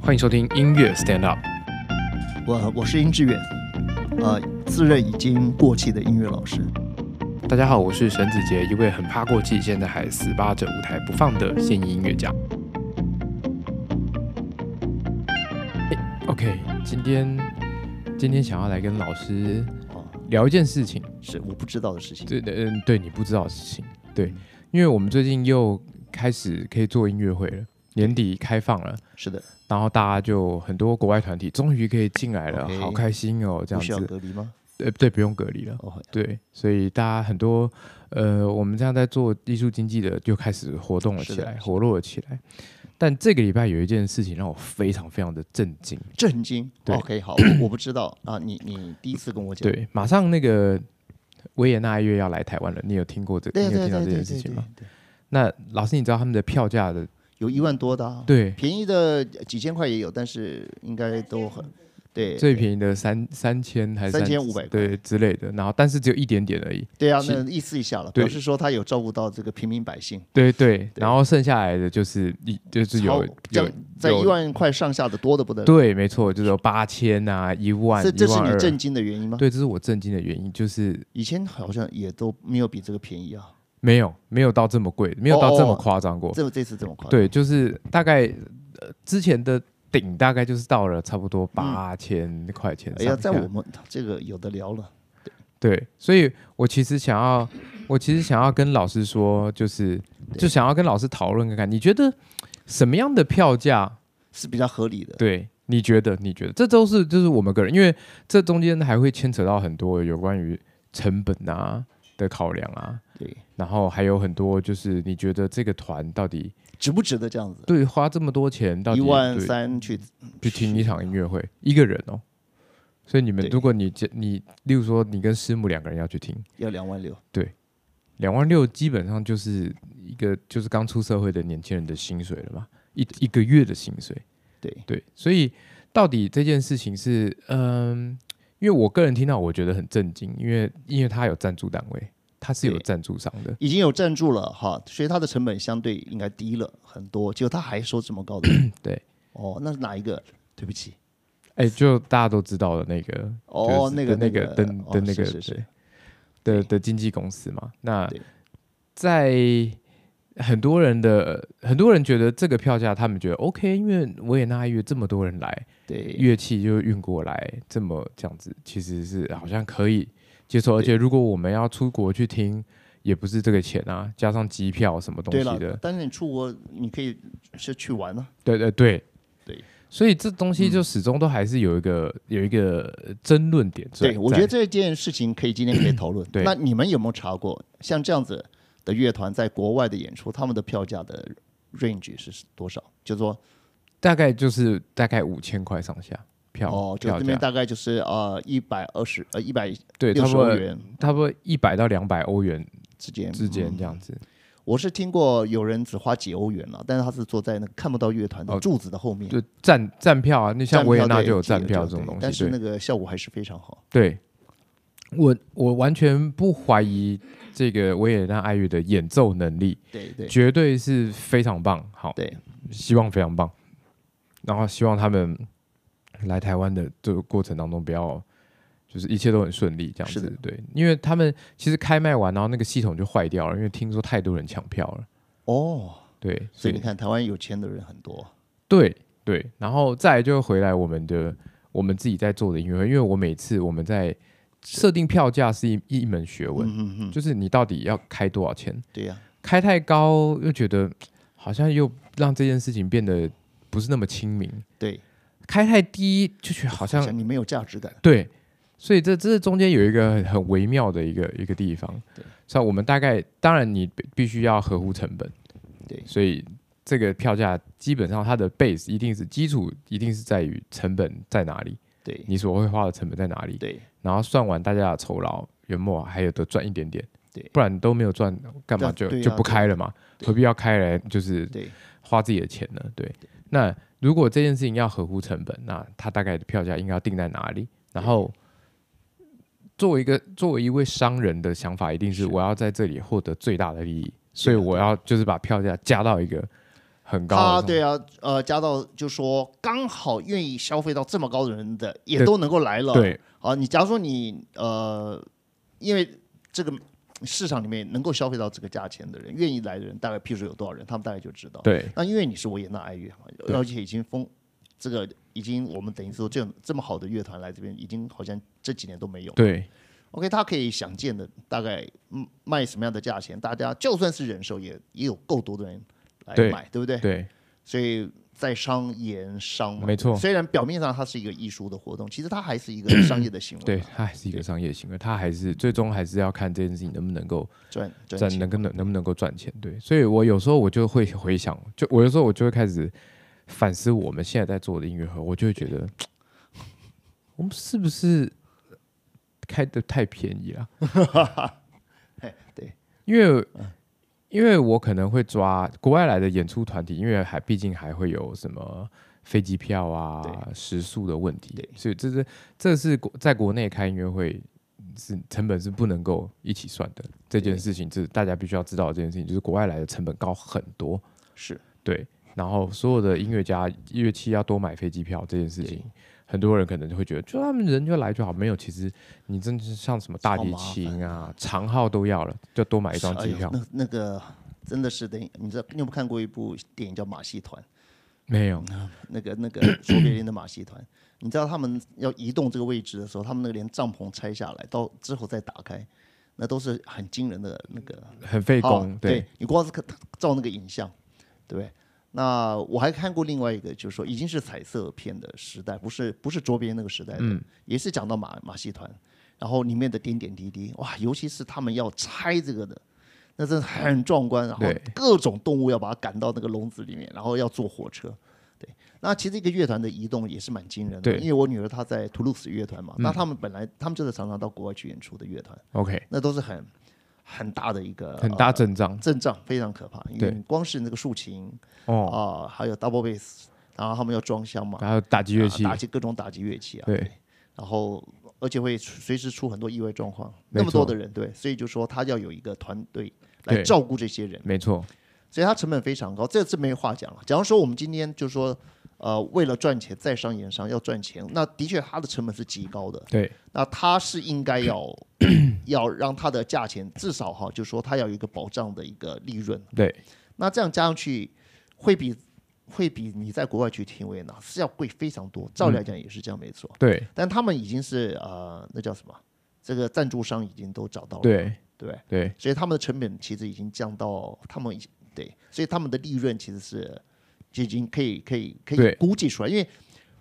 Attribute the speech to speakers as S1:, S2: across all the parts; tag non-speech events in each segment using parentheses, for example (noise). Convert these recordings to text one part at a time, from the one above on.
S1: 欢迎收听音乐 Stand Up。
S2: 我我是殷志远，呃，自认已经过气的音乐老师。
S1: 大家好，我是沈子杰，一位很怕过气，现在还死扒着舞台不放的现役音乐家。诶 OK，今天今天想要来跟老师
S2: 哦，
S1: 聊一件事情，
S2: 是我不知道的事情。
S1: 对，对嗯，对你不知道的事情，对，因为我们最近又开始可以做音乐会了，年底开放了。
S2: 是的，
S1: 然后大家就很多国外团体终于可以进来了
S2: OK
S1: 好开心哦！这样
S2: 不需要
S1: 子，
S2: 隔离吗？
S1: 呃，对，不用隔离了，
S2: 哦，
S1: 对，所以大家很多呃，我们这样在做艺术经济的就开始活动了
S2: 是
S1: 起
S2: 的
S1: 来，
S2: 是的
S1: 活络了起来。但这个礼拜有一件事情让我非常非常的震惊，
S2: 震惊。
S1: 对
S2: OK，好，我我不知道啊，你你第一次跟我讲，
S1: 对，马上那个维也纳爱乐要来台湾了，你有听过这？
S2: 对
S1: 你有
S2: 对
S1: 听到
S2: 对
S1: 这
S2: 对
S1: 件事
S2: 对
S1: 情
S2: 对
S1: 吗？，
S2: 对
S1: 那老师，你知道他们的票价的？
S2: 有一万多的啊，
S1: 对，
S2: 便宜的几千块也有，但是应该都很对。
S1: 最便宜的三三千还是
S2: 3500
S1: 对之类的，然后但是只有一点点而已。
S2: 对啊，
S1: 是
S2: 那意思一下了，
S1: 对
S2: 表示说他有照顾到这个平民百姓，
S1: 对对，然后剩下来的就是一就是有有
S2: 超将在
S1: 有
S2: 一万块上下的多的不得了。
S1: 对，没错，就是有八千啊，一万，
S2: 这这
S1: 一
S2: 是
S1: 万
S2: 你
S1: 二
S2: 震惊的原因吗？
S1: 对，这是我震惊的原因，就是
S2: 以前好像也都没有比这个便宜啊，
S1: 没有没有到这么贵，没有到这么夸张过。
S2: 哦这这次这么夸张？
S1: 对，就是大概、呃之前的顶大概就是到了差不多八千块钱
S2: 嗯哎
S1: 上下。
S2: 呀，在我们这个有的聊了，
S1: 对，所以我其实想要，我其实想要跟老师说，就是就想要跟老师讨论看看，你觉得什么样的票价？
S2: 是比较合理的。
S1: 对，你觉得？你觉得？这都是就是我们个人，因为这中间还会牵扯到很多有关于成本啊的考量啊，
S2: 对，
S1: 然后还有很多就是你觉得这个团到底
S2: 值不值得这样子？
S1: 对花这么多钱，到底
S2: 一万
S1: 对
S2: 三去
S1: 去听一场音乐会，一个人哦。所以你们
S2: 对，
S1: 如果你接你，例如说你跟师母两个人要去听，
S2: 要两万六，
S1: 两万六基本上就是一个就是刚出社会的年轻人的薪水了嘛，一一个月的薪水。
S2: 对，
S1: 对，所以到底这件事情是，嗯，因为我个人听到我觉得很震惊，因为因为他有赞助单位，他是有
S2: 对
S1: 赞助商的，，
S2: 已经有赞助了哈，所以它的成本相对应该低了很多。结果他还收这么高的
S1: (clears throat) 对，
S2: 哦，那是哪一个？对不起，
S1: 哎、就大家都知道的那个，
S2: 哦
S1: 就是
S2: 那个
S1: 的那
S2: 那个
S1: 个的
S2: 哦
S1: 的那
S2: 是
S1: 个
S2: 是是
S1: 对的
S2: 对
S1: 的经纪公司嘛，那
S2: 对
S1: 在。很多人的很多人觉得这个票价，他们觉得 OK，因为维也纳爱乐这么多人来，
S2: 对，
S1: 乐器就运过来，这么这样子，其实是好像可以接受。而且如果我们要出国去听，也不是这个钱啊，加上机票什么东
S2: 对
S1: 西
S2: 了
S1: 的，，
S2: 但是你出国你可以是去玩呢、
S1: 对对对
S2: 对。嗯
S1: 所以这东西就始终都还是有一个、有一个呃争论点在。
S2: 对，我觉得
S1: 在。
S2: 这件事情可以今天可以讨论
S1: 对
S2: 那你们有没有查过像这样子的乐团在国外的演出，他们的票价的 range 是多少？就说
S1: 大概就是大概五千块上下票
S2: 哦，就
S1: 票
S2: 这边
S1: 价，
S2: 大概就是呃一百二十呃一百
S1: 对，
S2: 六
S1: 差
S2: 十
S1: 不
S2: 欧
S1: 多
S2: 元
S1: 差不多一百到两百欧元
S2: 之间
S1: 之间
S2: 嗯
S1: 这样子。
S2: 我是听过有人只花几欧元了，但是他是坐在那个看不到乐团的
S1: 哦
S2: 柱子的后面，
S1: 就站站票啊，那像
S2: 站
S1: 维也纳
S2: 对
S1: 就有
S2: 记
S1: 站
S2: 得
S1: 票
S2: 就
S1: 这种东西，
S2: 但是
S1: 对
S2: 那个效果还是非常好。
S1: 对，我我完全不怀疑这个维也纳爱乐的演奏能力，
S2: 对对
S1: 绝对是非常棒。好，
S2: 对，
S1: 希望非常棒。然后希望他们来台湾的这个过程当中，不要就是一切都很顺利这样
S2: 是的
S1: 子。对，因为他们其实开卖完，然后那个系统就坏掉了，因为听说太多人抢票了。
S2: 哦，
S1: 对，
S2: 所以你看台湾有钱的人很多，
S1: 对对，然后再来就回来我们的我们自己在做的音乐会，因为我每次我们在设定票价是一一门学问，
S2: 嗯嗯嗯，
S1: 就是你到底要开多少钱？
S2: 对呀、
S1: 开太高又觉得好像又让这件事情变得不是那么亲民，
S2: 对，
S1: 开太低就觉得好像
S2: 像你没有价值感。
S1: 对，所以这这中间有一个很很微妙的一个一个地方。
S2: 对，
S1: 所以我们大概当然你必必须要合乎成本。
S2: 对
S1: 所以这个票价基本上它的 base 一定是基础，一定是在于成本在哪里，
S2: 对
S1: 你所会花的成本在哪里，
S2: 对，
S1: 然后算完大家的酬劳，元末还有得赚一点点。
S2: 对
S1: 不然都没有赚，干嘛
S2: 对
S1: 就、
S2: 啊对啊
S1: 就不开了嘛？何必要开来就是
S2: 对
S1: 花自己的钱呢？对，那如果这件事情要合乎成本，那它大概的票价应该要定在哪里？然后，作为一个作为一位商人的想法，一定是
S2: 是
S1: 我要在这里获得最大的利益，所以我要就是把票价加到一个很高
S2: 他
S1: 的，
S2: 对啊，呃，加到就说刚好愿意消费到这么高的人的也
S1: 对
S2: 都能够来了。，
S1: 对
S2: 好，你假如说你呃，因为这个市场里面能够消费到这个价钱的人，愿意来的人，大概譬如说有多少人，他们大概就知道。
S1: 对
S2: 那因为你是维也纳爱乐嘛，
S1: 对
S2: 而且已经封这个已经我们等于说这样这么好的乐团来这边，已经好像这几年都没有。
S1: 对
S2: OK，他可以想见的大概嗯卖什么样的价钱，大家就算是人手也也有够多的人来
S1: 对
S2: 买，对不对？
S1: 对
S2: 所以在商言商嘛，
S1: 没错
S2: 虽然表面上它是一个艺术的活动，其实它还
S1: (coughs)
S2: 是一个商业的行为，
S1: 对，，它还是一个商业行为，它还是最终还是要看这件事情能不能够
S2: 赚赚
S1: 赚
S2: 钱。
S1: 能跟能能不能够赚钱，对，所以我有时候我就会回想，就我有时候我就会开始反思我们现在在做的音乐盒，我就会觉得我们是不是开的太便宜了？
S2: (laughs) 嘿对，
S1: 因为因为我可能会抓国外来的演出团体，因为还毕竟还会有什么飞机票啊、
S2: 对
S1: 食宿的问题
S2: 对，
S1: 所以这是这是国在国内开音乐会是成本是不能够一起算的。这件事情就是大家必须要知道的这件事情，就是国外来的成本高很多，
S2: 是
S1: 对。然后所有的音乐家、乐器要多买飞机票这件事情
S2: 对，
S1: 很多人可能就会觉得，就他们人就来就好，没有。其实你真的是像什么大
S2: 超
S1: 提
S2: 麻烦
S1: 琴啊、长号都要了，就多买一张
S2: 哎
S1: 机
S2: 呦
S1: 票。
S2: 那那个真的是等于你知道，你有没有看过一部电影叫《马戏团》？
S1: 没有，
S2: 那个那个卓别林的马
S1: (coughs)
S2: 戏团，你知道他们要移动这个位置的时候，他们那个连帐篷拆下来，到之后再打开，那都是很惊人的那个
S1: 很费工
S2: 哦，
S1: 对
S2: 你光是看照那个影像，对不对？那我还看过另外一个，就是说已经是彩色片的时代，不是不是卓别林那个时代的，
S1: 嗯
S2: 也是讲到马马戏团，然后里面的点点滴滴，哇，尤其是他们要拆这个的，那真的很壮观，然后
S1: 对
S2: 各种动物要把它赶到那个笼子里面，然后要坐火车。对，那其实一个乐团的移动也是蛮惊人的，
S1: 对嗯
S2: 因为我女儿她在图卢斯乐团嘛，那他们本来他们就是常常到国外去演出的乐团，
S1: ，OK，
S2: 那都是很很大的一个
S1: 很大阵仗
S2: 阵仗非常可怕，因
S1: 对
S2: 为你光是那个竖琴啊、
S1: 哦，
S2: 还有 double bass，然后他们要装箱嘛，
S1: 还有打击乐器
S2: 啊，打击各种打击乐器啊，
S1: 对
S2: 然后而且会出随时出很多意外状况，
S1: 没错
S2: 那么多的人对，所以就说他要有一个团队来
S1: 对
S2: 照顾这些人，
S1: 没错，
S2: 所以他成本非常高，这这没话讲了。假如说我们今天就说。呃，为了赚钱，在商言商要赚钱，那的确它的成本是极高的。
S1: 对
S2: 那它是应
S1: (clears throat)
S2: 该要要让它的价钱至少哈，就说它要有一个保障的一个利润。
S1: 对
S2: 那这样加上去，会比会比你在国外去听维也纳是要贵非常多。照理
S1: 嗯
S2: 来讲也是这样没错，
S1: 对
S2: 但他们已经是呃，那叫什么？这个赞助商已经都找到了，
S1: 对
S2: 对不对，
S1: 对，
S2: 所以他们的成本其实已经降到他们已经对，所以他们的利润其实是就已经可以可以可
S1: 对
S2: 以估计出来，因为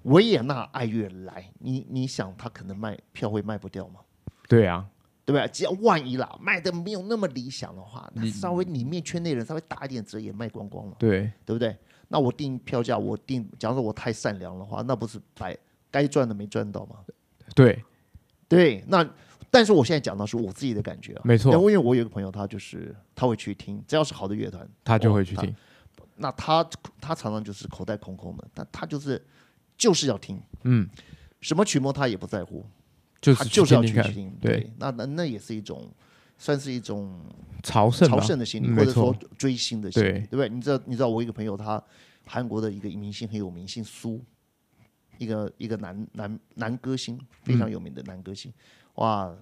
S2: 维也纳爱乐来，你你想他可能卖票会卖不掉吗？
S1: 对啊，
S2: 对吧？只要万一啦，卖的没有那么理想的话，那稍微里面圈内人稍微打一点折也卖光光了，
S1: 对
S2: 对不对？那我定票价，我定，假如说我太善良的话，那不是白该赚的没赚到吗？
S1: 对，
S2: 对，那但是我现在讲的是我自己的感觉啊，
S1: 没错
S2: 但因为我有一个朋友，他就是他会去听，只要是好的乐团，
S1: 他就会去听，
S2: 那他他常常就是口袋空空的，但他就是就是要听，
S1: 嗯，
S2: 什么曲目他也不在乎，
S1: 就
S2: 他
S1: 是
S2: 就是要
S1: 听
S2: 去
S1: 听看，
S2: 听。
S1: 对，
S2: 那那那也是一种，算是一种
S1: 朝圣吧
S2: 朝圣的心理，
S1: 嗯
S2: 或
S1: 没
S2: 者说
S1: 错，
S2: 追星的心理，
S1: 对
S2: 对不对？你知道，你知道我一个朋友，他韩国的一个明星很有名，姓苏，一个一个男男男歌星，非常有名的男歌星，哇，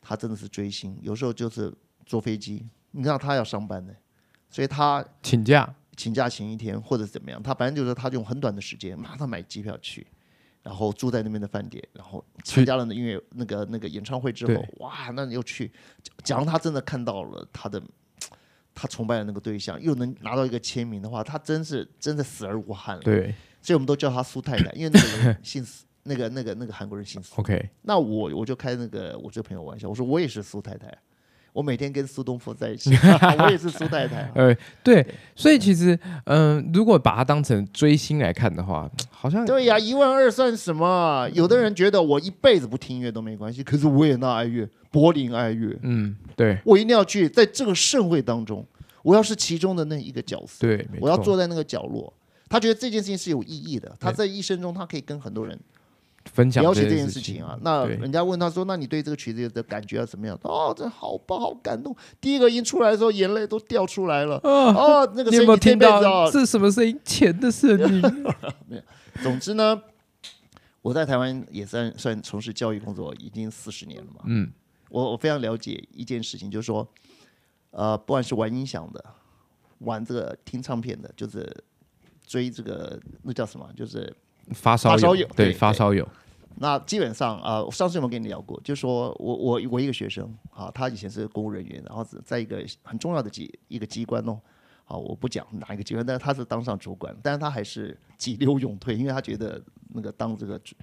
S2: 他真的是追星，有时候就是坐飞机，你知道他要上班的，所以他
S1: 请假，
S2: 请假前一天或者怎么样，他反正就是他用很短的时间马上买机票去，然后住在那边的饭店，然后参加了音乐那个那个演唱会之后
S1: 对，
S2: 哇，那你又去，假如他真的看到了他的他崇拜的那个对象，又能拿到一个签名的话，他真是真的死而无憾了。
S1: 对
S2: 所以我们都叫他苏太太，因为那个人
S1: (laughs)
S2: 姓苏，那个那个那个韩国人姓苏。
S1: ，OK，
S2: 那我我就开那个我这个朋友玩笑，我说我也是苏太太，我每天跟苏东坡在一起， (laughs) 我也是苏太太啊。
S1: 呃，对，所以其实，嗯，如果把它当成追星来看的话，好像
S2: 对呀、一万二算什么？有的人觉得我一辈子不听音乐都没关系，可是维也纳爱乐、柏林爱乐，
S1: 嗯，对
S2: 我一定要去。在这个盛会当中，我要是其中的那一个角色，
S1: 对，没
S2: 我要
S1: 错
S2: 坐在那个角落。他觉得这件事情是有意义的，他在一生中他可以跟很多人
S1: 分享
S2: 了解这
S1: 这
S2: 件
S1: 事
S2: 事情啊。那
S1: 对
S2: 人家问他说：“那你对这个曲子的感觉啊怎么样？”哦，这好棒，好感动！第一个音出来的时候，眼泪都掉出来了。哦，那
S1: 啊
S2: 个
S1: 你有
S2: 声音
S1: 没有
S2: 这
S1: 听
S2: 辈子
S1: 到
S2: 哦，
S1: 这是什么声音？钱的声音。
S2: 总之呢，我在台湾也算算从事教育工作已经四十年了嘛。
S1: 嗯，
S2: 我我非常了解一件事情，就是说，呃，不管是玩音响的，玩这个听唱片的，就是追这个那叫什么，就是
S1: 发烧
S2: 发烧友
S1: 对
S2: 对
S1: 发
S2: 对
S1: 烧友，
S2: 那基本上啊、呃，上次有没有跟你聊过？就是说我我我一个学生啊，他以前是公务人员，然后是在一个很重要的机一个机关哦，啊，我不讲哪一个机关，但是他是当上主管，但是他还是急流勇退，因为他觉得那个当这个主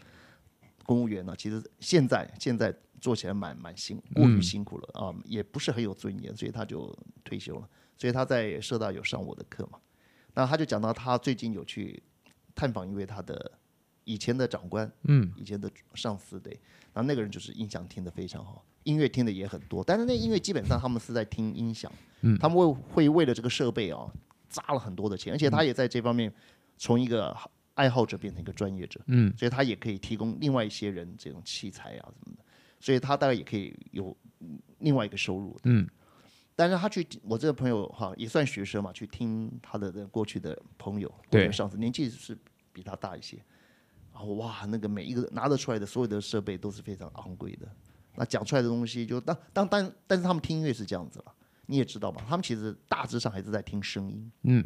S2: 公务员呢，其实现在现在做起来蛮蛮辛过于辛苦了、啊，也不是很有尊严，所以他就退休了。所以他在社大有上我的课嘛，那他就讲到他最近有去探访一位他的以前的长官，嗯，以前的上司对，然后那个人就是音响听得非常好，音乐听的也很多，但是那音乐基本上他们是在听音响，嗯，他们会会为了这个设备哦砸了很多的钱，而且他也在这方面从一个爱好者变成一个专业者，嗯，所以他也可以提供另外一些人这种器材啊什么的，所以他大概也可以有嗯另外一个收入，嗯。但是他去，我这个朋友哈也算学生嘛，去听他的那过去的朋友，
S1: 对
S2: 或者上司年纪是比他大一些，然后哇，那个每一个拿得出来的所有的设备都是非常昂贵的，那讲出来的东西就当当但但是他们听音乐是这样子了，你也知道嘛，他们其实大致上还是在听声音，嗯，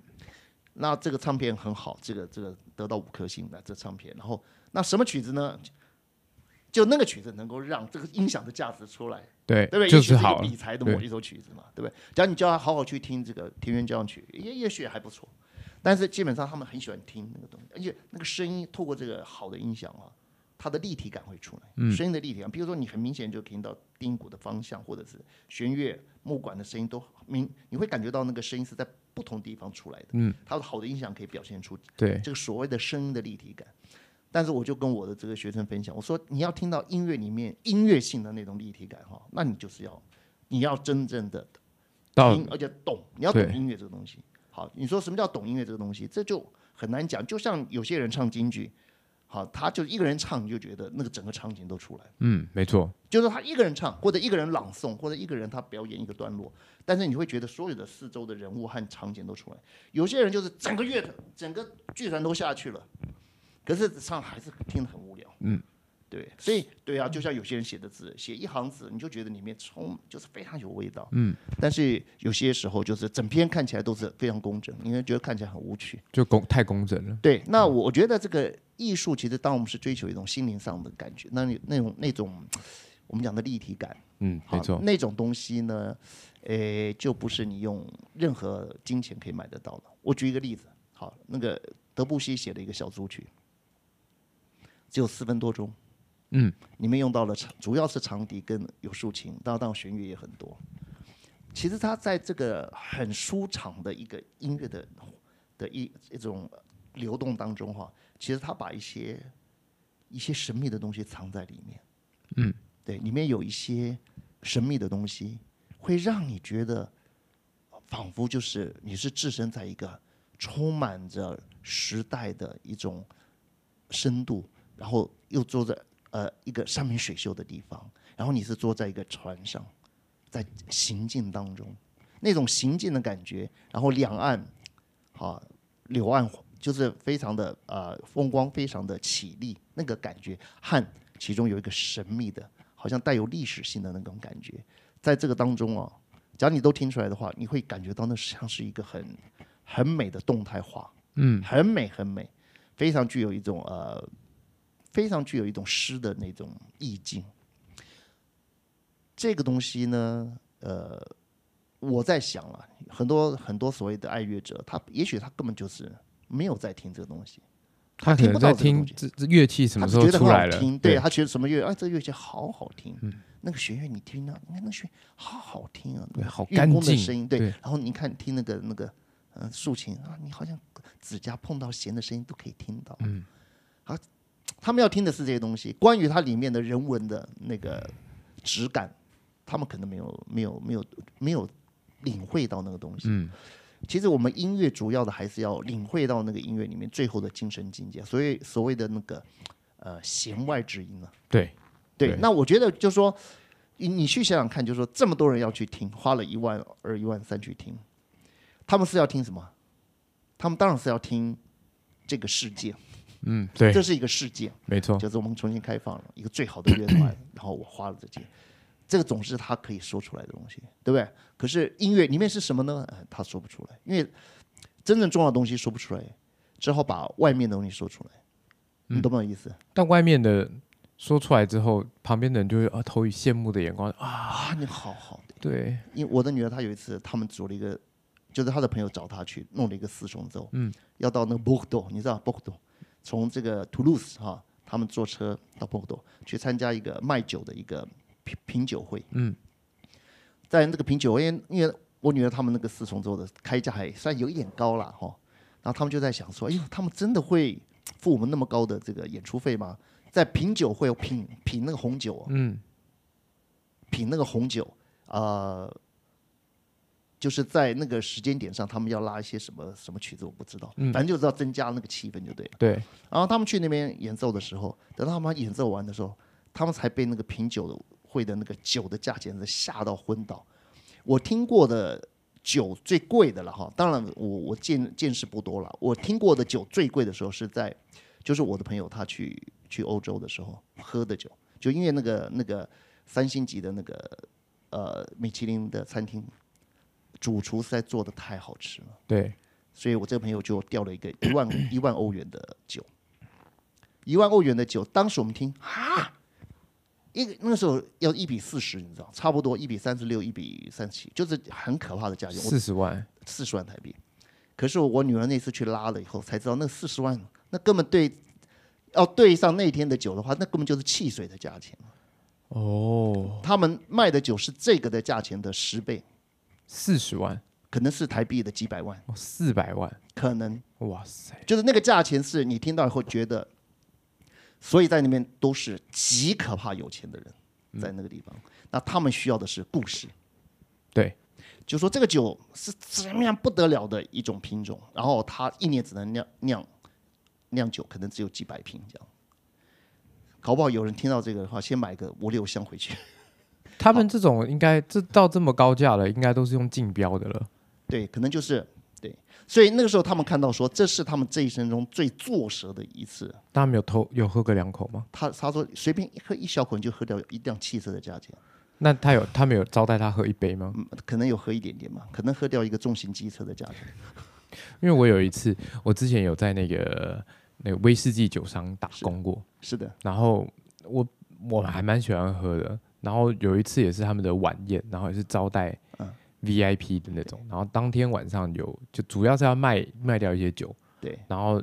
S2: 那这个唱片很好，这个这个得到五颗星的这唱片，然后那什么曲子呢？就那个曲子能够让这个音响的价值出来，
S1: 对
S2: 对不对？
S1: 就
S2: 也许
S1: 是
S2: 一个
S1: 好了
S2: 理财的
S1: 对
S2: 某一首曲子嘛，对不对？只要你叫他好好去听这个田园交响曲，也也许还不错。但是基本上他们很喜欢听那个东西，而且那个声音透过这个好的音响啊，它的立体感会出来，
S1: 嗯
S2: 声音的立体感。比如说你很明显就听到定鼓的方向，或者是弦乐、木管的声音都明，你会感觉到那个声音是在不同地方出来的。嗯，它的好的音响可以表现出
S1: 对，
S2: 这个所谓的声音的立体感。但是我就跟我的这个学生分享，我说你要听到音乐里面音乐性的那种立体感哈，那你就是要你要真正的
S1: 到
S2: 听，而且懂，你要懂
S1: 对
S2: 音乐这个东西。好，你说什么叫懂音乐这个东西？这就很难讲。就像有些人唱京剧，好，他就一个人唱，你就觉得那个整个场景都出来了。
S1: 嗯，没错，
S2: 就是他一个人唱，或者一个人朗诵，或者一个人他表演一个段落，但是你会觉得所有的四周的人物和场景都出来。有些人就是整个乐团、整个剧团都下去了，可是唱还是听得很无聊。嗯，对，所以对啊，就像有些人写的字，写一行字你就觉得里面充就是非常有味道。嗯，但是有些时候就是整篇看起来都是非常工整，你会觉得看起来很无趣。
S1: 就工太工整了，
S2: 对，那我觉得这个艺术，其实当我们是追求一种心灵上的感觉，那你那种那种我们讲的立体感，
S1: 嗯，
S2: 好
S1: 没错，
S2: 那种东西呢，诶，就不是你用任何金钱可以买得到的。我举一个例子，好，那个德布西写的一个小组曲，只有四分多钟，嗯，里面用到了长，主要是长笛跟有竖琴，当然当然弦乐也很多。其实他在这个很舒畅的一个音乐的的一一种流动当中哈，其实他把一些一些神秘的东西藏在里面，嗯，对，里面有一些神秘的东西，会让你觉得仿佛就是你是置身在一个充满着时代的一种深度，然后又坐在呃一个山明水秀的地方，然后你是坐在一个船上，在行进当中，那种行进的感觉，然后两岸啊柳岸就是非常的呃风光非常的绮丽，那个感觉和其中有一个神秘的，好像带有历史性的那种感觉，在这个当中哦，只要你都听出来的话，你会感觉到那像是一个很很美的动态画，嗯，很美很美，非常具有一种呃，非常具有一种诗的那种意境。这个东西呢，呃，我在想了，很多很多所谓的爱乐者，他也许他根本就是没有在听这个东西，
S1: 他可
S2: 听
S1: 能
S2: 不
S1: 在
S2: 到这个
S1: 听
S2: 东西
S1: 这这乐器什
S2: 他
S1: 么
S2: 只
S1: 时候
S2: 觉得
S1: 出
S2: 很
S1: 来
S2: 好
S1: 了
S2: 听，，
S1: 对嗯
S2: 他觉得什么乐，啊，这乐器好好听，那个弦乐你听啊，你看那个弦好好听啊，那个
S1: 好
S2: 运
S1: 干
S2: 弓的
S1: 净
S2: 声音，对，
S1: 对
S2: 然后你看听那个那个呃竖琴啊，你好像指甲碰到弦的声音都可以听到，嗯，啊，他们要听的是这些东西，关于它里面的人文的那个质感，他们可能没有没有没有没有领会到那个东西，嗯。其实我们音乐主要的还是要领会到那个音乐里面最后的精神境界，所以所谓的那个呃弦外之音了、
S1: 对，
S2: 对
S1: 对，
S2: 那我觉得就是说，你你去想想看，就是说这么多人要去听，花了一万二、一万三去听，他们是要听什么？他们当然是要听这个世界，
S1: 嗯，对，哦
S2: 这是一个世界，
S1: 没错，
S2: 就是我们重新开放了一个最好
S1: (clears throat)
S2: 的乐团，然后我花了这些，这个总是他可以说出来的东西，对不对？可是音乐里面是什么呢？哎他说不出来，因为真正重要的东西说不出来，只好把外面的东西说出来，
S1: 嗯
S2: 你懂不懂意思？
S1: 但外面的说出来之后，旁边的人就会啊投以羡慕的眼光啊，
S2: 啊，你好好。
S1: 对，
S2: 因为我的女儿她有一次，他们组了一个，就是她的朋友找她去弄了一个四重奏，嗯，要到那个 b o r d o 你知道 b o r d o 从这个 Toulouse 哈、他们坐车到 b o r d o 去参加一个卖酒的一个品品酒会，嗯，在那个品酒会，因为因为我女儿他们那个四重奏的开价还算有一点高了哈、然后他们就在想说，哎呦，他们真的会付我们那么高的这个演出费吗？在品酒会品品那个红酒、嗯，品那个红酒，呃，就是在那个时间点上，他们要拉一些什么什么曲子，我不知道，反正就知道增加那个气氛就对了。
S1: 对，
S2: 然后他们去那边演奏的时候，等到他们演奏完的时候，他们才被那个品酒的会的那个酒的价钱是吓到昏倒。我听过的酒最贵的了哈，当然我我见见识不多了。我听过的酒最贵的时候是在，就是我的朋友他去去欧洲的时候喝的酒，就因为那个那个三星级的那个呃米其林的餐厅，主厨实在做的太好吃了。
S1: 对，
S2: 所以我这个朋友就调了一个一万一万欧元的酒，一万欧元的酒，当时我们听啊，一个那个时候要一比四十，你知道，差不多一比三十六、一比三十七，就是很可怕的价钱，我
S1: 四十万，
S2: 四十万台币。可是我女儿那次去拉了以后才知道，那四十万那根本对，要对上那天的酒的话，那根本就是汽水的价钱。
S1: 哦，
S2: 他们卖的酒是这个的价钱的十倍，
S1: 四十万，哦
S2: 可能是台币的几百万，
S1: 四百万，
S2: 可能。
S1: 哇塞，
S2: 就是那个价钱是你听到以后觉得，所以在那边都是极可怕有钱的人，在那个地方，那他们需要的是故事，
S1: 对，
S2: 就说这个酒是怎么样不得了的一种品种，然后它一年只能酿酿酿酒，可能只有几百瓶这样。搞不好有人听到这个的话，先买个五六箱回去。 (laughs)
S1: 他们这种应该这到这么高价了，应该都是用竞标的了，
S2: 对，可能就是对，所以那个时候他们看到说，这是他们这一生中最作舌的一次
S1: 那他们有偷有喝个两口吗？
S2: 他他说随便喝一小口你就喝掉一辆汽车的价钱，
S1: 那他有他们有招待他喝一杯吗？
S2: 嗯，可能有喝一点点嘛，可能喝掉一个重型机车的价钱。
S1: 因为我有一次，我之前有在那个那个威士忌酒商打工过，
S2: 是的，
S1: 然后我我还蛮喜欢喝的。然后有一次也是他们的晚宴，然后也是招待
S2: 嗯
S1: VIP 的那种。然后当天晚上有就主要是要卖卖掉一些酒，
S2: 对，
S1: 然后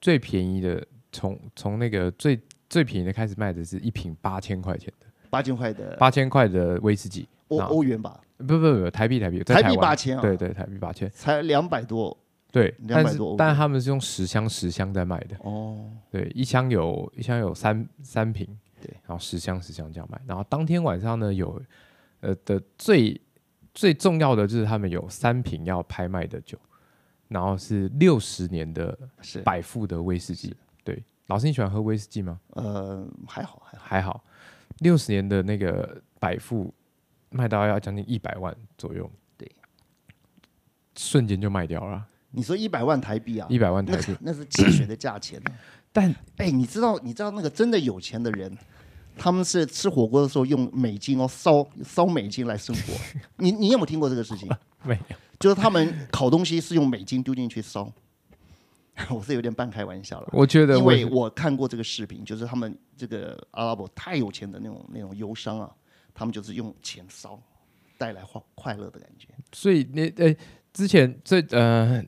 S1: 最便宜的从从那个最最便宜的开始卖的是一瓶八千块钱的
S2: 八千块的
S1: 八千块的威士忌，
S2: 欧
S1: 那
S2: 欧元吧，
S1: 不不不台币台币在
S2: 台
S1: 台
S2: 币
S1: 湾
S2: 八千啊，
S1: 对，对台币八千
S2: 才两百多
S1: 对，
S2: 200
S1: 但是
S2: 多欧元
S1: 但他们是用十箱十箱在卖的。
S2: 哦，
S1: 对，一箱有一箱有三三瓶，
S2: 对，
S1: 然后十箱十箱这样买。然后当天晚上呢，有呃的最最重要的就是他们有三瓶要拍卖的酒，然后是六十年的
S2: 是
S1: 百富的威士忌。对，老师你喜欢喝威士忌吗？
S2: 呃还好还好，
S1: 还好，六十年的那个百富卖到要将近一百万左右，
S2: 对，
S1: 瞬间就卖掉了
S2: 你说一百万台币啊，
S1: 一百万
S2: 那
S1: 台
S2: (laughs)
S1: 币。
S2: 那是汽水的价钱呢、
S1: (coughs) 但
S2: 哎，你知道你知道那个真的有钱的人，他们是吃火锅的时候用美金哦烧烧美金来生活，
S1: (laughs)
S2: 你你有没有听过这个事情？
S1: 没
S2: 就是他们烤东西是用美金丢进去烧， (laughs) 我是有点半开玩笑了。
S1: 我觉得
S2: 因为
S1: 我
S2: 我看过这个视频，就是他们这个阿拉伯太有钱的那种那种油商啊，他们就是用钱烧，带来快快乐的感觉，
S1: 所以那呃之前最呃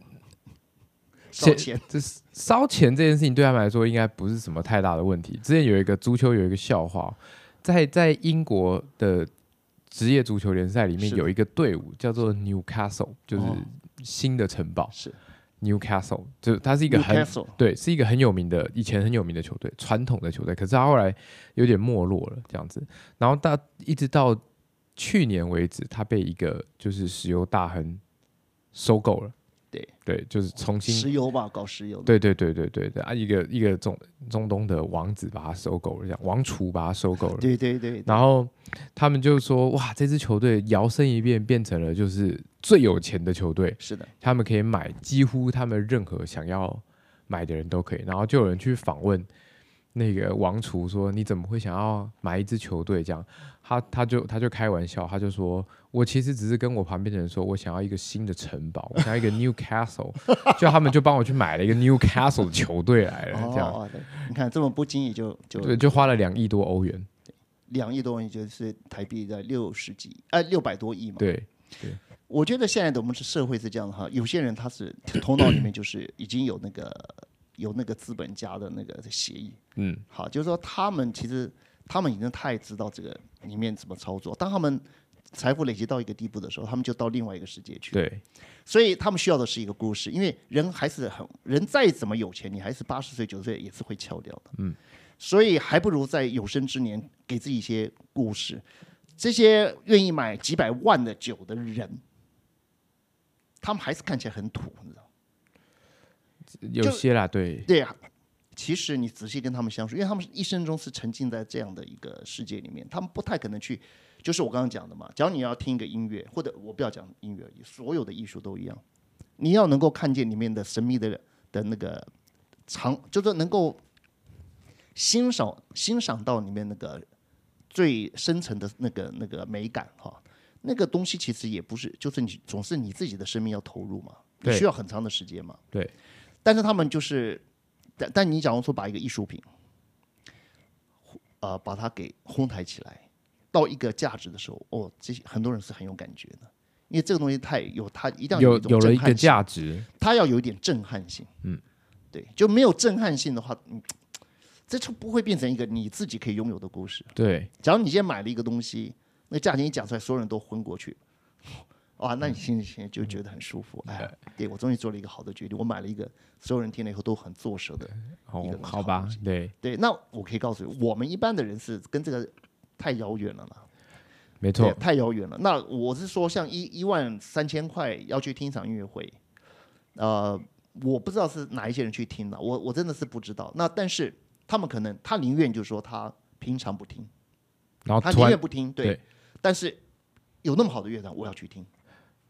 S2: 烧钱
S1: 这是烧钱这件事情对他们来说应该不是什么太大的问题。之前有一个足球有一个笑话，在在英国的职业足球联赛里面
S2: 是
S1: 有一个队伍叫做 Newcastle，就是新的城堡、
S2: 是
S1: Newcastle，就是它是一
S2: 一
S1: 个很
S2: castle
S1: 对，是一个很有名的，以前很有名的球队，传统的球队，可是他后来有点没落了这样子。然后到一直到去年为止，他被一个就是石油大亨收购了，
S2: 对
S1: 对，就是重新
S2: 石油吧，搞石油的，
S1: 对对对对对对啊！一个一个中中东的王子把他收购了，这样王储把他收购了，
S2: 对对对，
S1: 然后他们就说哇，这支球队摇身一变变成了就是最有钱的球队，
S2: 是的，
S1: 他们可以买几乎他们任何想要买的人都可以。然后就有人去访问那个王厨说：“你怎么会想要买一支球队？”这样，他他就他就开玩笑，他就说：“我其实只是跟我旁边的人说，我想要一个新的城堡，我想要一个
S2: (laughs)
S1: Newcastle，就他们就帮我去买了一个 Newcastle 的球队来了，这样。
S2: 哦，对你看这么不经意就就
S1: 对，就花了两亿多欧元，
S2: 两亿多，也就是台币在六十几，哎，六百多亿嘛。
S1: 对
S2: 我觉得现在的我们是社会是这样的哈，有些人他是头脑里面就是已经有那个有那个资本家的那个协议，
S1: 嗯，
S2: 好，就是说他们其实他们已经太知道这个里面怎么操作，当他们财富累积到一个地步的时候，他们就到另外一个世界去，
S1: 对
S2: 所以他们需要的是一个故事，因为人还是很人再怎么有钱，你还是八十岁九十岁也是会翘掉的，嗯，所以还不如在有生之年给自己一些故事。这些愿意买几百万的酒的人，他们还是看起来很土，你知道吗？
S1: 有些啦，对
S2: 对啊，其实你仔细跟他们相处，因为他们一生中是沉浸在这样的一个世界里面，他们不太可能去，就是我刚刚讲的嘛。假如你要听一个音乐，或者我不要讲音乐，所有的艺术都一样，你要能够看见里面的神秘的的那个长，就是能够欣赏欣赏到里面那个最深层的那个那个美感哈。那个东西其实也不是，就是你总是你自己的生命要投入嘛，你
S1: 对
S2: 需要很长的时间嘛。
S1: 对，
S2: 但是他们就是，但但你假如说把一个艺术品，呃，把它给哄抬起来，到一个价值的时候，哦，这些很多人是很有感觉的，因为这个东西太有，它一定要
S1: 有
S2: 一
S1: 有
S2: 种
S1: 了一
S2: 震
S1: 个
S2: 撼性，
S1: 价值，
S2: 它要有一点震撼性，嗯，对，就没有震撼性的话，嗯，这就不会变成一个你自己可以拥有的故事。
S1: 对
S2: 假如你今天买了一个东西，那价钱一讲出来，所有人都昏过去， (laughs) 哇，那你心里心里就觉得很舒服。哎，对我终于做了一个好的决定，我买了一个所有人听了以后都很作舌的。一个
S1: 哦，
S2: 很
S1: 好
S2: 好
S1: 吧
S2: 东西，
S1: 对，
S2: 对，那我可以告诉你，我们一般的人是跟这个太遥远了啦，
S1: 没
S2: 对
S1: 错，，
S2: 太遥远了。那我是说，像一一万三千块要去听一场音乐会，呃，我不知道是哪一些人去听了，我我真的是不知道。那但是他们可能他宁愿就说他平常不听。
S1: 然后
S2: 他
S1: 哦突
S2: 宁
S1: 然
S2: 愿不听，对
S1: 对。
S2: 但是有那么好的乐团，我要去听。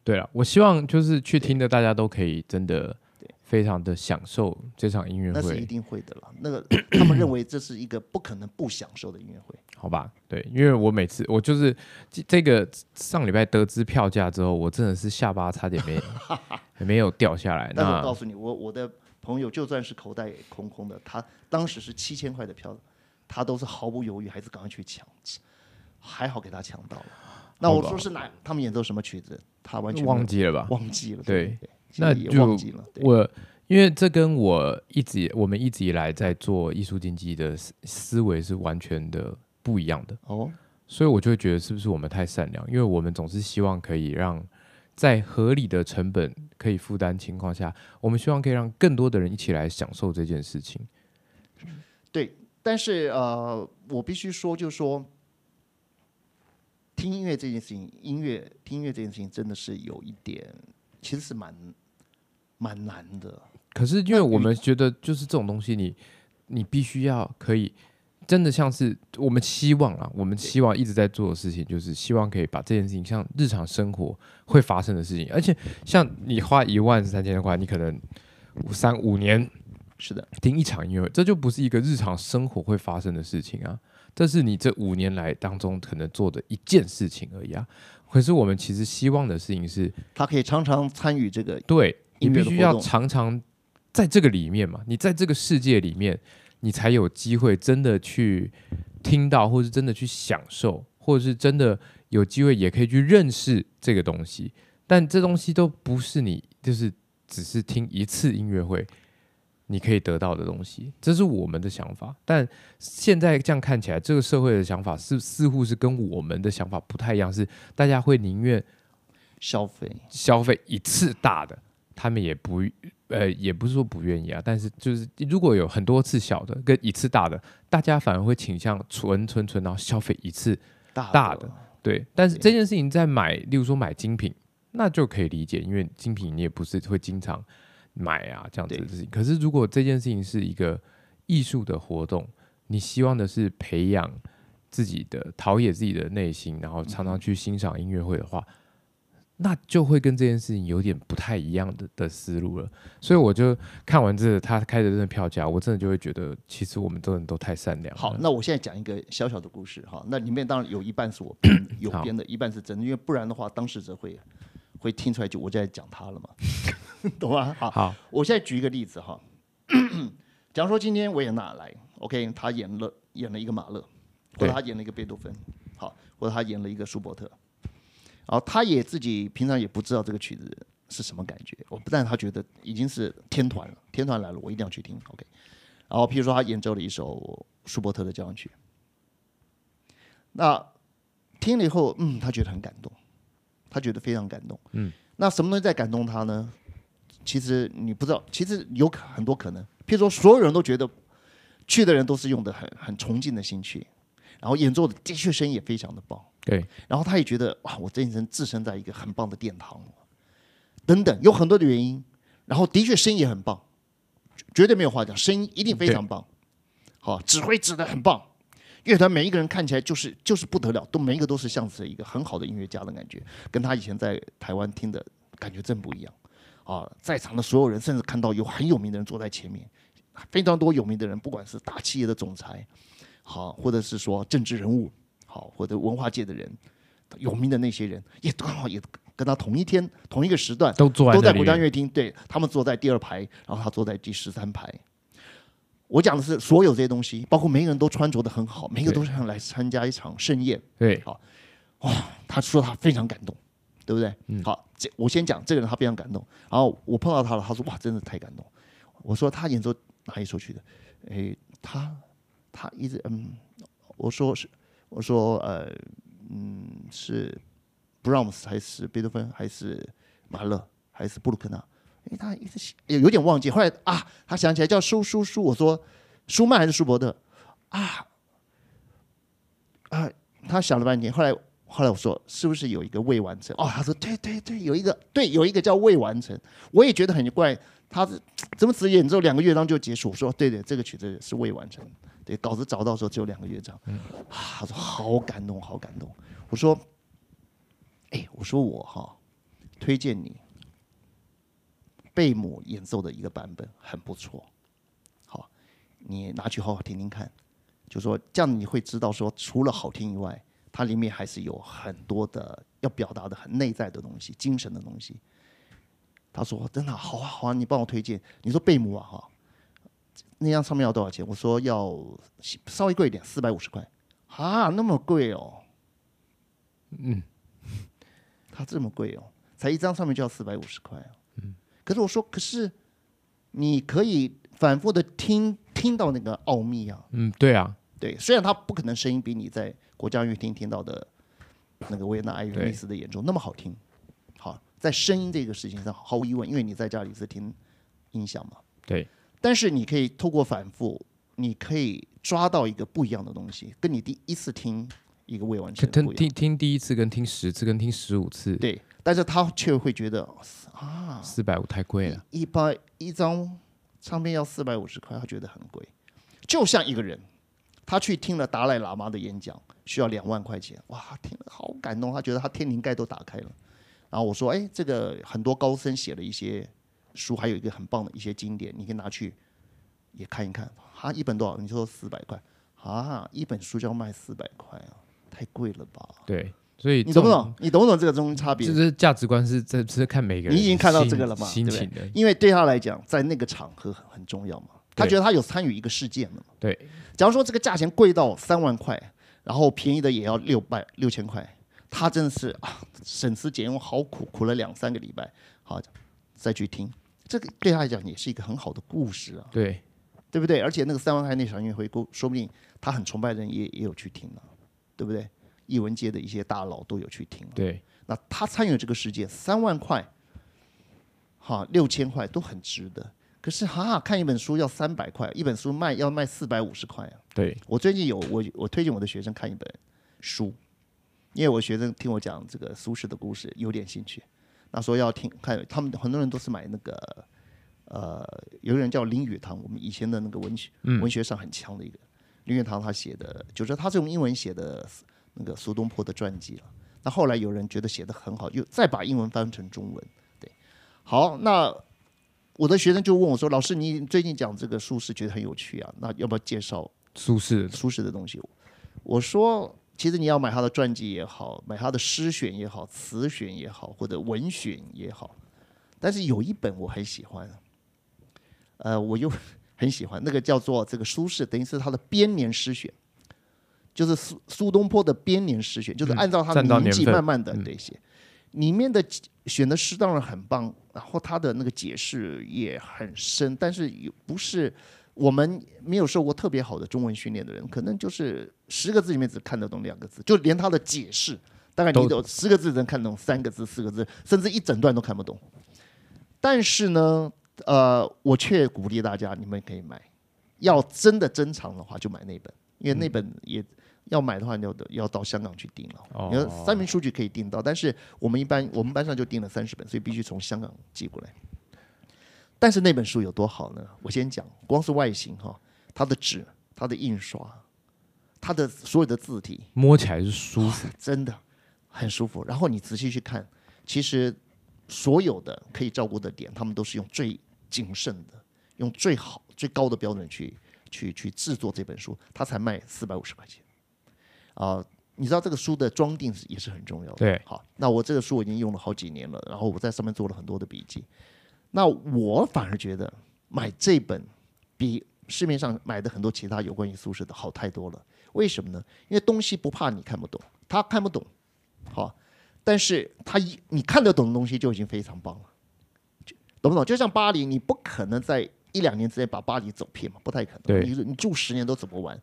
S1: 对了，我希望就是去听的大家都可以真的非常的享受这场音乐
S2: 那是一
S1: 会，
S2: 定会的了。那个 (clears throat) 他们认为这是一个不可能不享受的音乐会，
S1: 好吧？对，因为我每次我就是这这个上礼拜得知票价之后，我真的是下巴差点没
S2: (laughs)
S1: 没有掉下来。
S2: 但是我告
S1: 那
S2: 诉你，我我的朋友就算是口袋空空的，他当时是七千块的票，他都是毫不犹豫，还是赶快去抢，还好给他抢到了。那我说是哪？他们演奏什么曲子？他完全没有
S1: 忘记了吧？
S2: 忘记了，
S1: 对
S2: 对，
S1: 那
S2: 现在也
S1: 就
S2: 忘记了。对
S1: 我因为这跟我一直我们一直以来在做艺术经济的思思维是完全的不一样的。
S2: 哦，
S1: 所以我就会觉得是不是我们太善良？因为我们总是希望可以让在合理的成本可以负担情况下，我们希望可以让更多的人一起来享受这件事情。
S2: 对，但是呃，我必须说，就是说，听音乐这件事情，音乐听音乐这件事情真的是有一点，其实是蛮蛮难的。
S1: 可是因为我们觉得就是这种东西你，你必须要可以真的像是我们希望啊，我们希望一直在做的事情，就是希望可以把这件事情像日常生活会发生的事情，而且像你花一万三千块，你可能三五年
S2: 是的，
S1: 听一场音乐会，这就不是一个日常生活会发生的事情啊，这是你这五年来当中可能做的一件事情而已啊。可是我们其实希望的事情是，
S2: 他可以常常参与这个，
S1: 对你
S2: 音乐
S1: 必
S2: 的
S1: 须
S2: 活
S1: 要
S2: 动
S1: 常常在这个里面嘛，你在这个世界里面，你才有机会真的去听到，或是真的去享受，或者是真的有机会也可以去认识这个东西。但这东西都不是你就是只是听一次音乐会你可以得到的东西，这是我们的想法。但现在这样看起来，这个社会的想法是似乎是跟我们的想法不太一样，是大家会宁愿
S2: 消费，
S1: 消费一次大的，他们也不呃，也不是说不愿意啊，但是就是如果有很多次小的跟一次大的，大家反而会倾向存存存，然后消费一次
S2: 大
S1: 大
S2: 的
S1: 的对，但是
S2: 对
S1: 这件事情在买，例如说买精品，那就可以理解，因为精品你也不是会经常买啊这样子的
S2: 对
S1: 事情。可是如果这件事情是一个艺术的活动，你希望的是培养自己的、陶冶自己的内心，然后常
S2: 嗯
S1: 常去欣赏音乐会的话，那就会跟这件事情有点不太一样的的思路了。所以我就看完这个他开的这个票价，我真的就会觉得，其实我们真的都太善良了。
S2: 好，那我现在讲一个小小的故事哈，那里面当然有一半是我
S1: (coughs)
S2: 编有
S1: 好
S2: 编的，一半是真的，因为不然的话，当事者会会听出来就我在讲他
S1: (laughs)
S2: 了嘛，懂吗？好，
S1: 好，
S2: 我现在举一个例子哈， (coughs) 假如说今天维也纳来，OK，他演了演了一个马勒，或
S1: 对
S2: 者他演了一个贝多芬，好，或者他演了一个舒伯特，然后他也自己平常也不知道这个曲子是什么感觉，我不但他觉得已经是天团了，天团来了，我一定要去听，OK，然后譬如说他演奏了一首舒伯特的交响曲，那听了以后，嗯，他觉得很感动，他觉得非常感动，嗯，那什么东西在感动他呢？其实你不知道，其实有可很多可能。譬如说，所有人都觉得去的人都是用的很很崇敬的心去，然后演奏的的确声音也非常的棒，
S1: 对，
S2: 然后他也觉得哇，我这一生置身在一个很棒的殿堂，等等，有很多的原因。然后的确声音也很棒，绝绝对没有话讲，声音一定非常棒。好，指挥指的很棒，乐团每一个人看起来就是就是不得了，都每一个都是像是一个很好的音乐家的感觉，跟他以前在台湾听的感觉真不一样。啊，在场的所有人，甚至看到有很有名的人坐在前面，非常多有名的人，不管是大企业的总裁，好，或者是说政治人物，好，或者文化界的人，有名的那些人，也刚好也跟他同一天、同一个时段，
S1: 都坐
S2: 呃都
S1: 在
S2: 在
S1: 那
S2: 国家音
S1: 里，
S2: 乐厅，对他们坐在第二排，然后他坐在第十三排。我讲的是所有这些东西，包括每个人都穿着的很好，每个都想来参加一场盛宴。
S1: 对，
S2: 他说他非常感动，对不对？好，这我先讲这个人，他非常感动。然后我碰到他了，他说哇，真的太感动。我说他演奏哪一首曲子？诶，他他一直嗯，我说是，我说呃嗯是 Brahms 还是贝多芬还是马勒还是布鲁克纳？因为他一直有有点忘记，后来啊，他想起来叫舒舒舒，我说舒曼还是舒伯特啊啊，他想了半天，后来后来我说是不是有一个未完成？哦，他说对对对，有一个对有一个叫未完成，我也觉得很怪，他是怎么只演奏两个乐章就结束？我说对对，这个曲子是未完成，对，稿子找到的时候只有两个乐章，啊，他说好感动，好感动。我说，哎，我说我哈、推荐你贝姆演奏的一个版本很不错，好，你拿去好好听听看。就说这样你会知道说，除了好听以外，它里面还是有很多的要表达的很内在的东西、精神的东西。他说：“真的啊好啊，好啊，你帮我推荐。”你说贝母啊，哈，那张唱片要多少钱？我说要稍微贵一点，四百五十块。啊，那么贵哦。嗯，它这么贵哦，才一张唱片就要四百五十块啊。嗯，可是我说，可是你可以反复的听听到那个奥秘啊。
S1: 嗯，对啊，
S2: 对，虽然他不可能声音比你在国家音乐厅听到的那个维也纳爱乐
S1: 对
S2: 密斯的演奏那么好听，好，在声音这个事情上毫无疑问，因为你在家里是听音响嘛，
S1: 对，
S2: 但是你可以透过反复，你可以抓到一个不一样的东西，跟你第一次听一个未完
S1: 可
S2: 成的
S1: 听
S2: 不一样，
S1: 听听第一次跟听十次跟听十五次，
S2: 对，但是他却会觉得
S1: 四百五太贵了。
S2: 一般一张唱片要四百五十块，他觉得很贵。就像一个人，他去听了达赖喇嘛的演讲，需要两万块钱，哇，他听了好感动，他觉得他天灵盖都打开了。然后我说，哎，这个很多高僧写了一些书，还有一个很棒的一些经典，你可以拿去也看一看。哈，一本多少？你说四百块啊？一本书就要卖四百块啊？太贵了吧？
S1: 对，所以
S2: 你
S1: 这
S2: 懂不
S1: 种
S2: 懂？你懂不懂这个中间差别
S1: 就？是价值观是这是看每个人
S2: 你已经看到
S1: 心
S2: 这个了嘛
S1: 心
S2: 对不对
S1: 情的，
S2: 因为对他来讲，在那个场合很很重要嘛。他
S1: 对
S2: 觉得他有参与一个事件了嘛。
S1: 对，
S2: 假如说这个价钱贵到三万块，然后便宜的也要六百六千块，他真的是啊，省吃俭用，好苦，苦了两三个礼拜，好再去听，这个对他来讲也是一个很好的故事啊，
S1: 对，
S2: 对不对？而且那个三万块那场音乐会，说说不定他很崇拜的人也也有去听啊，对不对？艺文界的一些大佬都有去听、啊。
S1: 对，
S2: 那他参与了这个世界，三万块，哈，六千块都很值得。可是哈，看一本书要三百块，一本书卖要卖四百五十块啊！
S1: 对，
S2: 我最近有我我推荐我的学生看一本书，因为我学生听我讲这个苏轼的故事有点兴趣。那说要听看他们很多人都是买那个呃，有一个人叫林语堂，我们以前的那个文学、文学上很强的一个林语堂，他写的就是他是用英文写的那个苏东坡的传记了。那后来有人觉得写的很好，又再把英文翻成中文。对，好，那我的学生就问我说：“老师，你最近讲这个苏轼，觉得很有趣啊，那要不要介绍
S1: 苏轼
S2: 苏轼的东西？”我说：“其实你要买他的传记也好，买他的诗选也好，词选也好，或者文选也好，但是有一本我很喜欢，呃，我又 (laughs) 很喜欢那个叫做这个苏轼，等于是他的编年诗选。”就是苏苏东坡的编年诗选，就是按照他
S1: 占到
S2: 年纪
S1: 嗯年份嗯
S2: 慢慢的对写，里面的选的诗当然很棒，然后他的那个解释也很深，但是有不是我们没有受过特别好的中文训练的人，可能就是十个字里面只看得懂两个字，就连他的解释，大概你
S1: 都
S2: 有十个字只能看懂三个字、四个字，甚至一整段都看不懂。但是呢，呃，我却鼓励大家，你们可以买，要真的珍藏的话就买那本，因为那本也。要买的话，你要要到香港去订了。
S1: 哦
S2: 你看三明书局可以订到，但是我们一般我们班上就订了三十本，所以必须从香港寄过来。但是那本书有多好呢？我先讲，光是外形哈，它的纸、它的印刷、它的所有的字体，
S1: 摸起来是舒服，
S2: 真的很舒服。然后你仔细去看，其实所有的可以照顾的点，他们都是用最谨慎的、用最好、最高的标准去去去制作这本书，它才卖四百五十块钱啊、你知道这个书的装订是也是很重要的。
S1: 对
S2: 好，那我这个书我已经用了好几年了，然后我在上面做了很多的笔记。那我反而觉得买这本比市面上买的很多其他有关于苏轼的好太多了。为什么呢？因为东西不怕你看不懂，他看不懂，好，但是他一你看得懂的东西就已经非常棒了，就懂不懂？就像巴黎，你不可能在一两年之内把巴黎走遍嘛，不太可能。
S1: 对
S2: 你你住十年都走不完。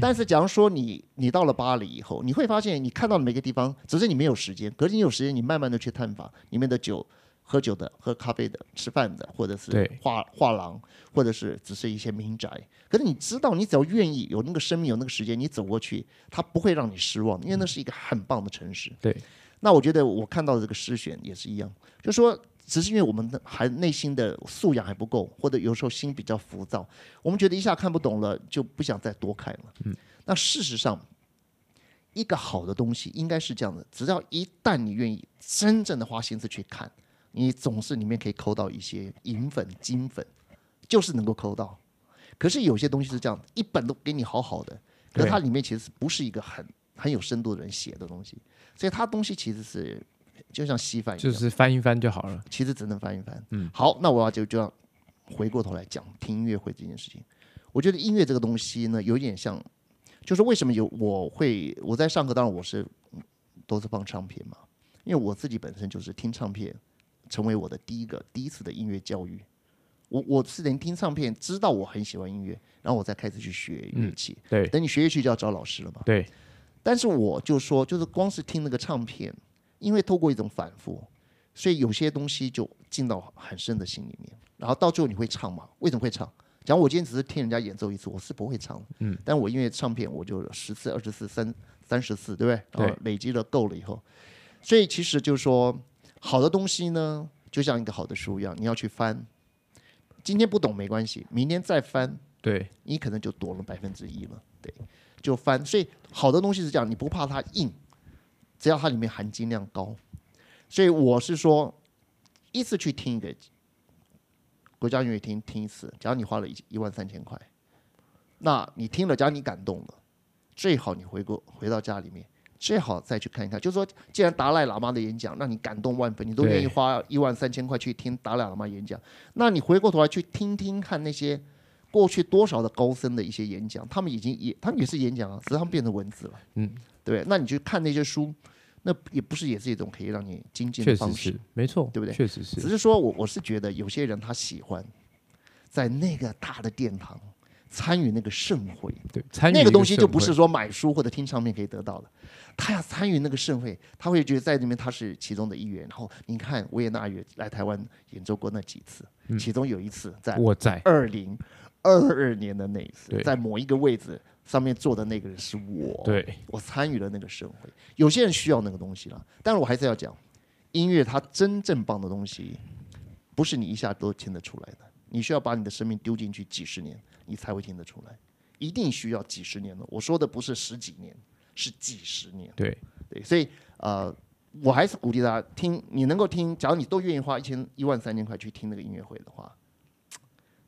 S2: 但是假如说你你到了巴黎以后，你会发现你看到的每个地方，只是你没有时间，可是你有时间，你慢慢的去探访里面的酒。喝酒的、喝咖啡的、吃饭的，或者是
S1: 对
S2: 画画廊，或者是只是一些民宅。可是你知道，你只要愿意有那个生命、有那个时间，你走过去，它不会让你失望，因为那是一个很棒的城市。
S1: 嗯对，
S2: 那我觉得我看到的这个诗选也是一样，就说只是因为我们的还内心的素养还不够，或者有时候心比较浮躁，我们觉得一下看不懂了就不想再多看了。嗯，那事实上，一个好的东西应该是这样的，只要一旦你愿意真正的花心思去看，你总是里面可以抠到一些银粉、金粉，就是能够抠到。可是有些东西是这样，一本都给你好好的，可是
S1: 对
S2: 它里面其实不是一个很很有深度的人写的东西，所以它东西其实是就像稀饭一样，
S1: 就是翻一翻就好了。
S2: 其实只能翻一翻。嗯，好，那我要就就要回过头来讲听音乐会这件事情。我觉得音乐这个东西呢，有点像，就是为什么有我会我在上课，当然我是嗯都是放唱片嘛，因为我自己本身就是听唱片，成为我的第一个第一次的音乐教育。我我是连听唱片知道我很喜欢音乐，然后我才开始去学乐器。
S1: 对
S2: 等你学乐器就要找老师了嘛。
S1: 对，
S2: 但是我就说，就是光是听那个唱片，因为透过一种反复，所以有些东西就进到很深的心里面。然后到最后你会唱吗？为什么会唱？假如我今天只是听人家演奏一次，我是不会唱的。嗯，但我因为唱片，我就十次、二十次、三三十次，对不对？
S1: 对
S2: 然后累积了够了以后，所以其实就是说，好的东西呢，就像一个好的书一样，你要去翻。今天不懂没关系，明天再翻，
S1: 对，
S2: 你可能就多了百分之一了，对，就翻。所以好的东西是这样，你不怕它硬，只要它里面含金量高。所以我是说，一次去听一个国家音乐厅听一次，假如你花了一一万三千块，那你听了，假如你感动了，最好你回过回到家里面。最好再去看一看，就是说，既然达赖喇嘛的演讲让你感动万分，你都愿意
S1: 对
S2: 花一万三千块去听达赖喇嘛演讲，那你回过头来去听听看那些过去多少的高僧的一些演讲，他们已经也他们也是演讲啊，只是他们变成文字了，
S1: 嗯，
S2: 对不对？那你去看那些书，那也不是也是一种可以让你精进
S1: 确
S2: 的方
S1: 实
S2: 式，
S1: 是，没错，
S2: 对不对
S1: 确实是
S2: 只，是说我我是觉得有些人他喜欢在那个大的殿堂参与那个盛会，
S1: 对，参与
S2: 那
S1: 一个
S2: 个东西就不
S1: 盛
S2: 是
S1: 会
S2: 说买书或者听唱片可以得到的，他要参与那个盛会，他会觉得在里面他是其中的一员。然后你看维也纳也来台湾演奏过那几次，
S1: 嗯
S2: 其中有一次在
S1: 我在，
S2: 二零二二年的那一次
S1: 对，
S2: 在某一个位置上面坐的那个人是我，
S1: 对
S2: 我参与了那个盛会。有些人需要那个东西了，但是我还是要讲，音乐它真正棒的东西，不是你一下都听得出来的，你需要把你的生命丢进去几十年，你才会听得出来，一定需要几十年的。我说的不是十几年，是几十年。
S1: 对
S2: 对，所以呃，我还是鼓励大家听，你能够听，假如你都愿意花一千一万三千块去听那个音乐会的话，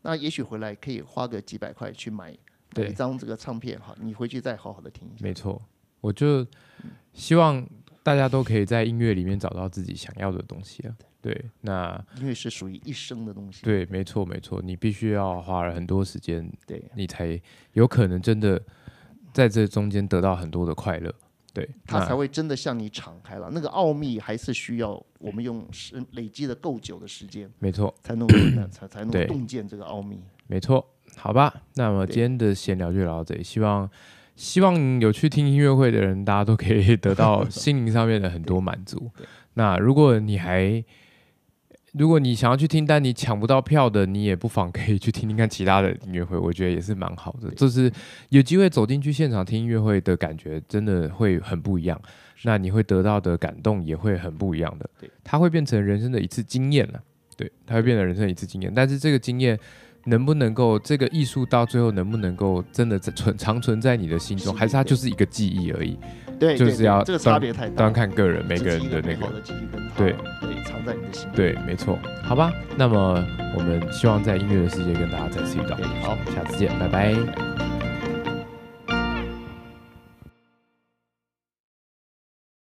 S2: 那也许回来可以花个几百块去买买一
S1: 对，
S2: 张这个唱片哈，你回去再好好的听一下。
S1: 没错，我就希望大家都可以在音乐里面找到自己想要的东西啊。对，那
S2: 音乐是属于一生的东西。
S1: 对，没错没错，你必须要花了很多时间，
S2: 对
S1: 你才有可能真的在这中间得到很多的快乐。对，
S2: 它
S1: 那
S2: 才会真的向你敞开了。那个奥秘还是需要我们用时累积的够久的时间，
S1: 没错。(clears throat)
S2: 才能够才才能够
S1: 对
S2: 洞见这个奥秘。
S1: 没错，好吧，那么
S2: 对
S1: 今天的闲聊就聊到这里，希望希望有去听音乐会的人，大家都可以 (laughs) 得到心灵上面的很多满足
S2: 对。
S1: 那如果你还如果你想要去听，但你抢不到票的，你也不妨可以去听听看其他的音乐会，我觉得也是蛮好的。就是有机会走进去现场听音乐会的感觉，真的会很不一样。那你会得到的感动也会很不一样的
S2: 对，
S1: 它会变成人生的一次经验了。对，它会变成人生的一次经验，但是这个经验能不能够这个艺术到最后能不能够真的在存长存在你的心中，
S2: 是
S1: 还是它就是一个记忆而已？
S2: 对，
S1: 就
S2: 对
S1: 是
S2: 对
S1: 要
S2: 这个
S1: 当
S2: 差别太
S1: 当
S2: 大
S1: 然
S2: 了。
S1: 看个人每
S2: 这
S1: 个
S2: 是
S1: 人
S2: 一
S1: 的那
S2: 美好
S1: 个，
S2: 的记忆跟它
S1: 对
S2: 对藏在你的心里。
S1: 对，没错，好吧。那么我们希望在音乐的世界跟大家再次遇到，
S2: 对好
S1: 下次见，拜拜。